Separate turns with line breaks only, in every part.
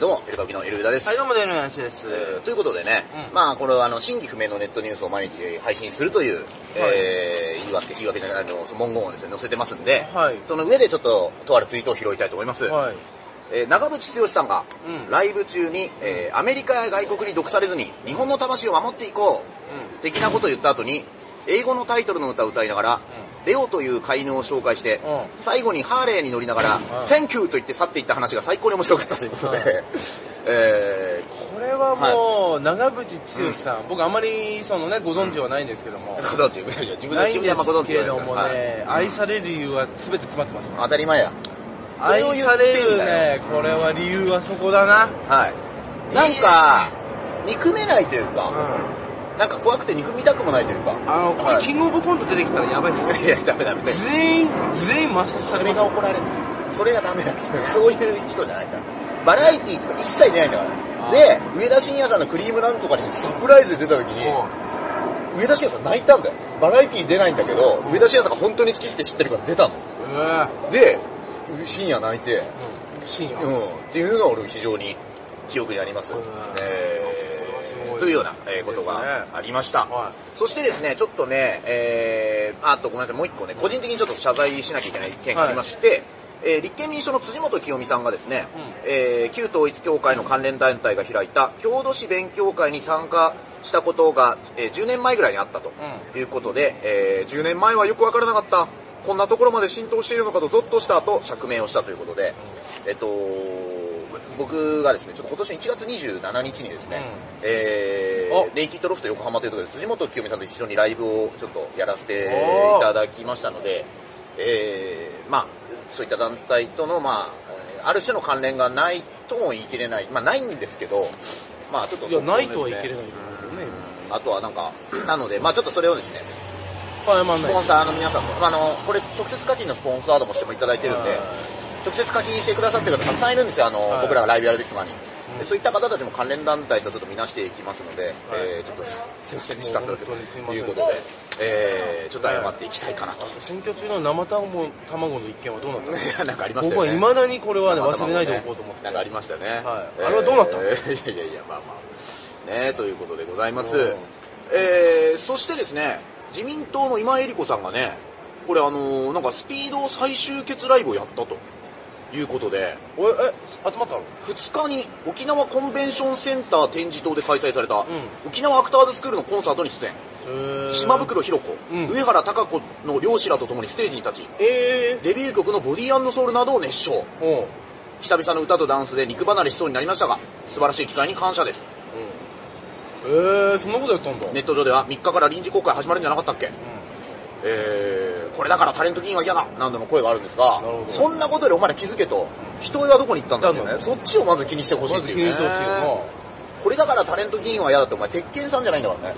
どうも、エルカビのエルウダです。
はい、どうも、デルヤンシです。
えーということでね、
うん
まあこれはあの真偽不明のネットニュースを毎日配信するという、えー言い訳、言い訳じゃない、あのその文言をですね、載せてますんで、
はい
その上でちょっととあるツイートを拾いたいと思います。
はい。
えー長渕剛さんが、
うん
ライブ中に、えーアメリカや外国に毒されずに日本の魂を守っていこう、
うん
的なことを言った後に、英語のタイトルの歌を歌いながら、レオという飼い犬を紹介して、
うん
最後にハーレーに乗りながら、
うん
センキューと言って去っていった話が最高に面白かったということで、
うん
えー
これはもう、長渕剛さん、僕あまり、そのね、ご存知はないんですけども。
ご存知 いやいや自分で
ない
自
ん
分
で
であんまご存
す
知
け
じゃ
れ
ないで
ど
す
も
から
ね、愛される理由は全て詰まってますね。
はい当たり前やそれ
愛
を言っ
され
て
る
んだ
ね
よ、
これは理由はそこだな。
はいなんか憎めないという
う
か、
ん。
なんか怖くて憎みたくもないというか
あの、こ
は
れ、
い
キングオブコント出てきたらやばいっすね。
いやダメダメダメ
全員、全員抹殺さ
そ
れ
れ
ます
が。怒られるそれがダメだそういう人じゃないからバラエティーとか一切出ないんだか
あ
らで上田晋也さんの「クリームなんとか」にサプライズで出た時に上田晋也さん泣いたんだよバラエティー出ないんだけど上田晋也さんが本当に好きって知ってるから出たの
うん。うわ
で深夜泣いて
うん。深夜。
うん、っていうのは俺非常に記憶にあります。
うん
え
すご
ー、
い
というような、えーことがありました、
は
そしてですね、ちょっとね、えー、ああとごめんなさい、もう一個ね、個人的にちょっと謝罪しなきゃいけない件がありまして、えー立憲民主党の辻元清美さんがですね、
う
えー旧統一教会の関連団体が開いた郷土史勉強会に参加したことが、えー10年前ぐらいにあったということで、えー10年前はよくわからなかった、こんなところまで浸透しているのかとゾッとしたと釈明をしたということで、えっと、僕がですね、ちょっと今年1月27日にですね、え
お
ー、レイキッドロフト横浜というところで辻元清美さんと一緒にライブをちょっとやらせていただきましたので、えー、まあ、そういった団体との、まあ、ある種の関連がないとも言い切れない、まあないんですけど、まあちょっと
いや、ないとは言い切れない
うん
けどね。
あとはなんか、なので、まあちょっとそれをですね、
謝んない。
スポンサーの皆さんも、まあ、あの、これ直接課金のスポンサードもしてもいただいてるんで
はい、
直接課金してくださってる方たくさんいるんですよ、あの、
はい
僕らがライブやる時とかに。
ん
でそういった方たちも関連団体とちょっと見なしていきますので、えーちょっとすいませんでしたと
も
いう
本当にすいません
うことで、えーちょっと謝っていきたいかなと。
選挙中の生卵卵の一件はどうなったの
いやなんかありました
僕
よ
は
ね。
未だにこれはね、忘れないでおこうと思って。
なんかありましたね。
はいあれはどうなったの
えーいやいやいや、まあまあ。ねということでございます
うん。
えー、そしてですね、自民党の今江理子さんがね、これあのーなんかスピード最終決ライブをやったということで、
おえ、集まったの
2日に沖縄コンベンションセンター展示棟で開催された、
ん
沖縄アクターズスクールのコンサートに出演、
えー
島。袋ひろ子、
うん
上原貴子の両氏らと共にステージに立ち、
え
デビュー曲のボディソウルなどを熱唱。
ー。おう。
久々の歌とダンスで肉離れしそうになりましたが、素晴らしい機会に感謝です。
うん。えー、そんなことやったんだ。
ネット上では3日から臨時公開始まるんじゃなかったっけえー、これだからタレント議員は嫌だ何度も声があるんですが
なるほ、ど
そんなことよりお前ら気づけと、人はどこに行ったんだっていう
だ
ね、
ね
そっちをまず気にしてほしい
ま
っ
ず
て
気
い
に
うね
してほしいよ
これだからタレント議員は嫌だって、お前、鉄拳さんじゃないんだからね。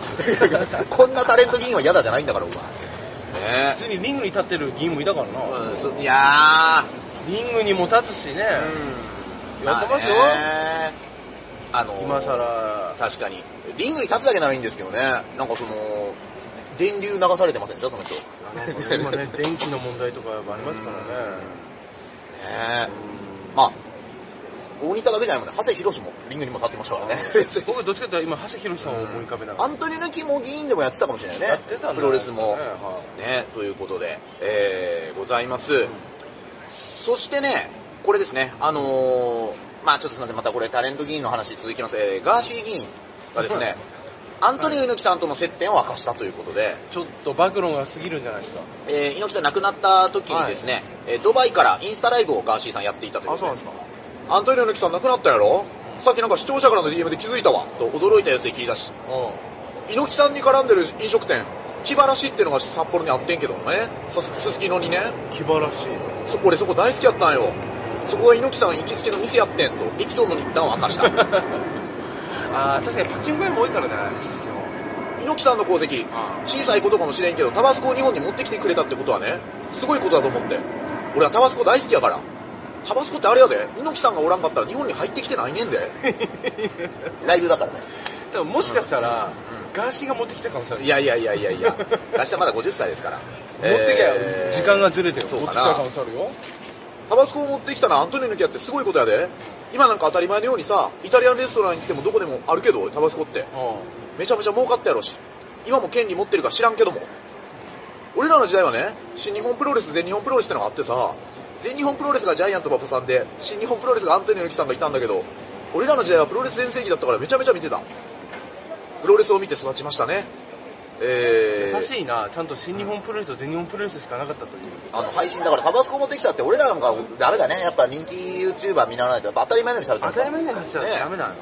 こんなタレント議員は嫌だじゃないんだから、お前。
な。
ね
普通にリングに立ってる議員もいたからな。
うんそいやー、
リングにも立つしね。やってますよ。
あねあのー
今更。
確かにリングに立つだけならいいんですけどねなんかその電流流されてませんでしょその人ね
なんか今ね、電気の問題とかやっぱありますからね。
えまあ大仁田だけじゃないもんね長谷博もリングにも立ってましたからね
僕どっちかというと今、長谷博さんを思い浮かべな が
ア
ら。
ントニオ猪木も議員でもやってたかもしれないね
やってたんだ
プロレスも
ねは
ねということで、えーございますそしてねこれですねあのーまあちょっとすみませんまたこれタレント議員の話続きます、えーガーシー議員がですねアントニオ猪木さんとの接点を明かしたということで、
ちょっと暴露が過ぎるんじゃないですか。
えー、猪木さん亡くなった時にですね、えードバイからインスタライブをガーシーさんやっていたということ
すか。
アントニオ猪木さん亡くなったやろ、さっきなんか視聴者からの DM で気づいたわと驚いた様子で切り出し
うん。
猪木さんに絡んでる飲食店気晴らしってのが札幌にあってんけどもねすすすきのにね
気晴らしい。
そ俺そこ大好きやったんよそこが猪木さん行きつけの店やってんとエピソードの一端を明かした
ああ、確かにパチンコ屋も多いからね、知識も。
猪木さんの功績
あ
小さいことかもしれんけどタバスコを日本に持ってきてくれたってことはねすごいことだと思って俺はタバスコ大好きやからタバスコってあれやで猪木さんがおらんかったら日本に入ってきてないねんでライブだからね
でももしかしたら、ガーシーが持ってきたかもしれない
い。やいやいやいやいや明日まだ50歳ですから
持ってきたよ、
えー
時間がずれてる。
そ
持
う
って
か
き
な
た可能性あるよ。
タバスコを持ってきたのはアントニオ猪木やってすごいことやで
今なんか当たり前のようにさイタリアンレストラン行ってもどこでもあるけどタバスコって
う
めちゃめちゃ儲かったやろし今も権利持ってるか知らんけども俺らの時代はね新日本プロレス全日本プロレスってのがあってさ全日本プロレスがジャイアント馬場さんで新日本プロレスがアントニオ猪木さんがいたんだけど俺らの時代はプロレス全盛期だったからめちゃめちゃ見てたプロレスを見て育ちましたねえー
ん優しいなちゃんと新日本プロレスと全日本プロレスしかなかったという
あの配信だからタバスコ持ってきたって俺らなんかダメだねやっぱ人気 YouTuber 見習わないとやっぱ当たり前のようにされて
当
ます
たり前の話だダメなの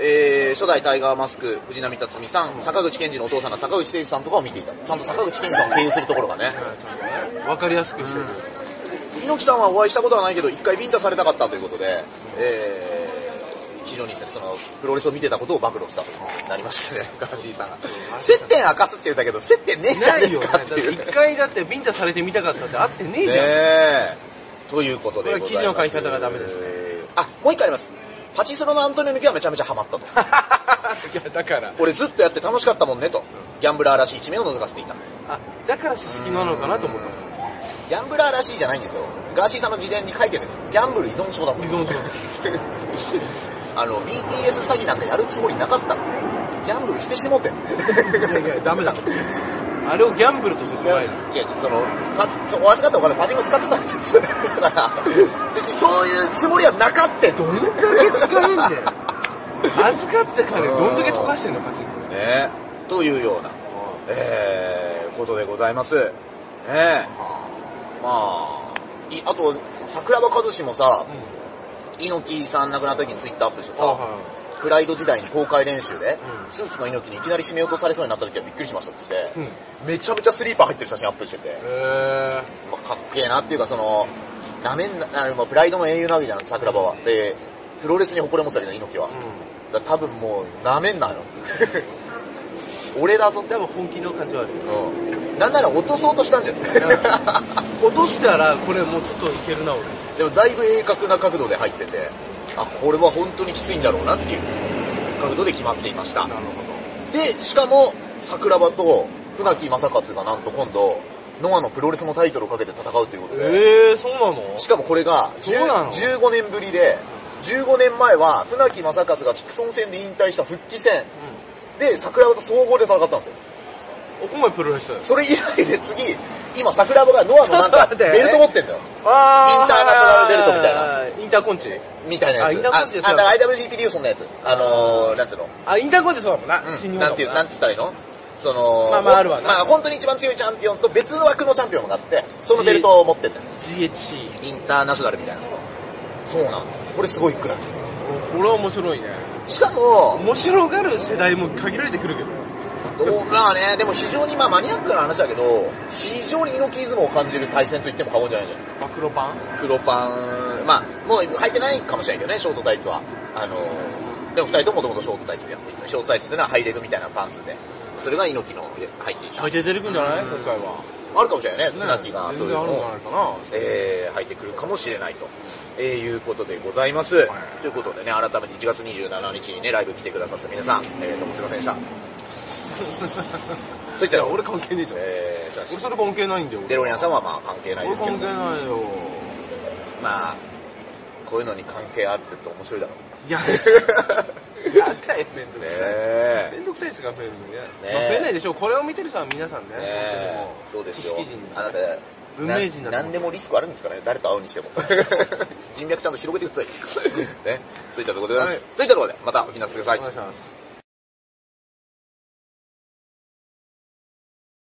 えー初代タイガーマスク、藤波辰巳さん、坂口健二のお父さんの坂口誠二さんとかを見ていた。ちゃんと坂口健二さんを経由するところがね。
分かりやすくしてる
猪木さんはお会いしたことはないけど、一回ビンタされたかったということで、えー非常にですねその、プロレスを見てたことを暴露したとなりましたね、 ガーシーさんが。接点明かすって言うんだけど、接点ねえじゃ
な
ね
い
え
よね
か
だっ
って
て
いう。
一回だってビンタされてみたかったってあってねえじゃん
ねえということでございます
これは記事の書き方がダメですね
あもう一回ありますパチスロのアントニオ猪木はめちゃめちゃハマったと
いやだから
俺ずっとやって楽しかったもんねとギャンブラーらしい一面を覗かせていた
あだからすすきなのかなと思った
ギャンブラーらしいじゃないんですよガーシーさんの自伝に書いてるんですギャンブル依存症だもん
依存症
あの BTS 詐欺なんかやるつもりなかったのギャンブルしてしもうてん
いやいやダメだあれをギャンブルとしてしま える
違う違うそのパチそうお預かったお金パチンコ使ってたんです よだから別にそういうつもりはなかったどういう
使えんだよ 預かって金どんだけ溶かしてんのパチン
ね
コ
えというような、えーことでございますねえまあ
いあと桜庭和志もさ、猪木さん亡くなった時にツイッターアップしてさ、プライド時代に公開練習で、
うん
スーツの猪木にいきなり締め落とされそうになった時はびっくりしましたっつって、
うん
めちゃめちゃスリーパー入ってる写真アップしてて、
へ
まあ、かっけえなっていうかそのなめんなあのまあプライドの英雄なわけじゃん桜庭はでプロレスに誇りを持つわけだ猪木は、
う
だから多分もうなめんなよ 俺だぞ
ん、多分本気の感じはある
うんなんなら落とそうとしたんじゃない
落としたらこれもうちょっといけるな俺
でもだいぶ鋭角な角度で入っててあこれは本当にきついんだろうなっていう角度で決まっていました
なるほ
でしかも桜庭と船木正勝がなんと今度ノアのプロレスのタイトルをかけて戦うということで、
ええー、そうなの
しかもこれが
そうなの
10 15年ぶりで15年前は船木正勝がシクソン戦で引退した復帰戦で桜庭と総合で戦ったんですよ
うん、お前プロレスだよ
それ以来で次今桜庭がノアのなんか
だよね
ベルト持ってんだよ
あ
インターナショナルベルトみたいな
なインターコンチ
みたいなや
あイン
つ
ターコンチですよ
あだから IWGP でいうそんなやつあのー、なんつうの
あインターコンチそうだもんな、新
う
日
ん、
本だ
な
も
ん
ん
ていう、なんて言ったらいいのその、
まあ
ほ
まあ
ん
あるわな
まあ本当に一番強いチャンピオンと別の枠のチャンピオンがあって、そのベルトを持ってんだよ。
GHC
インターナショナルみたいな。そうなんだ。これすごいくらい。
これは面白いね
しかも、
面白がる世代も限られてくるけど
どうまあね、でも非常にまあマニアックな話だけど、非常に猪木イズムを感じる対戦と言っても過言じゃないじゃん。
暴露版
黒パン、まあ、もう入ってないかもしれないけどね、ショートタイツは。あのー、でも二人ともともとショートタイツでやっていた。ショートタイツっていうのはハイレグみたいなパンツで、それが猪木の入っていた。
大体出てくんじゃない今回は
あるかもしれないね、船木がそう
全
いう
然
の
あるん
を。
じゃないかな
えー入ってくるかもしれないと、えーいうことでございます、ということでね改めて1月27日にねライブ来てくださった皆さん、えーどうもすいませんで したといっ
い
た
や
ら
俺関係ねえじゃん
えー、
俺それ関係ないんだよ
デロリアンさんはまあ関係ないで
俺
すけど
関係ないよ
まあ、こういうのに関係あるって面白いだろ
いややだよめんどく
ね
さい
え
めんどくさいやつが増えるのね
え
まあ増えないでしょうこれを見てる人は皆さんね
う。ねそ
本当にも
うですよ
知識人。
あなた、
文明人だと思う
な何でもリスクあるんですかね誰と会うに しても。人脈ちゃんと広げてください。ね。そういったところでございます。
は
そういったところで、またお聞きなさいください
お。願いします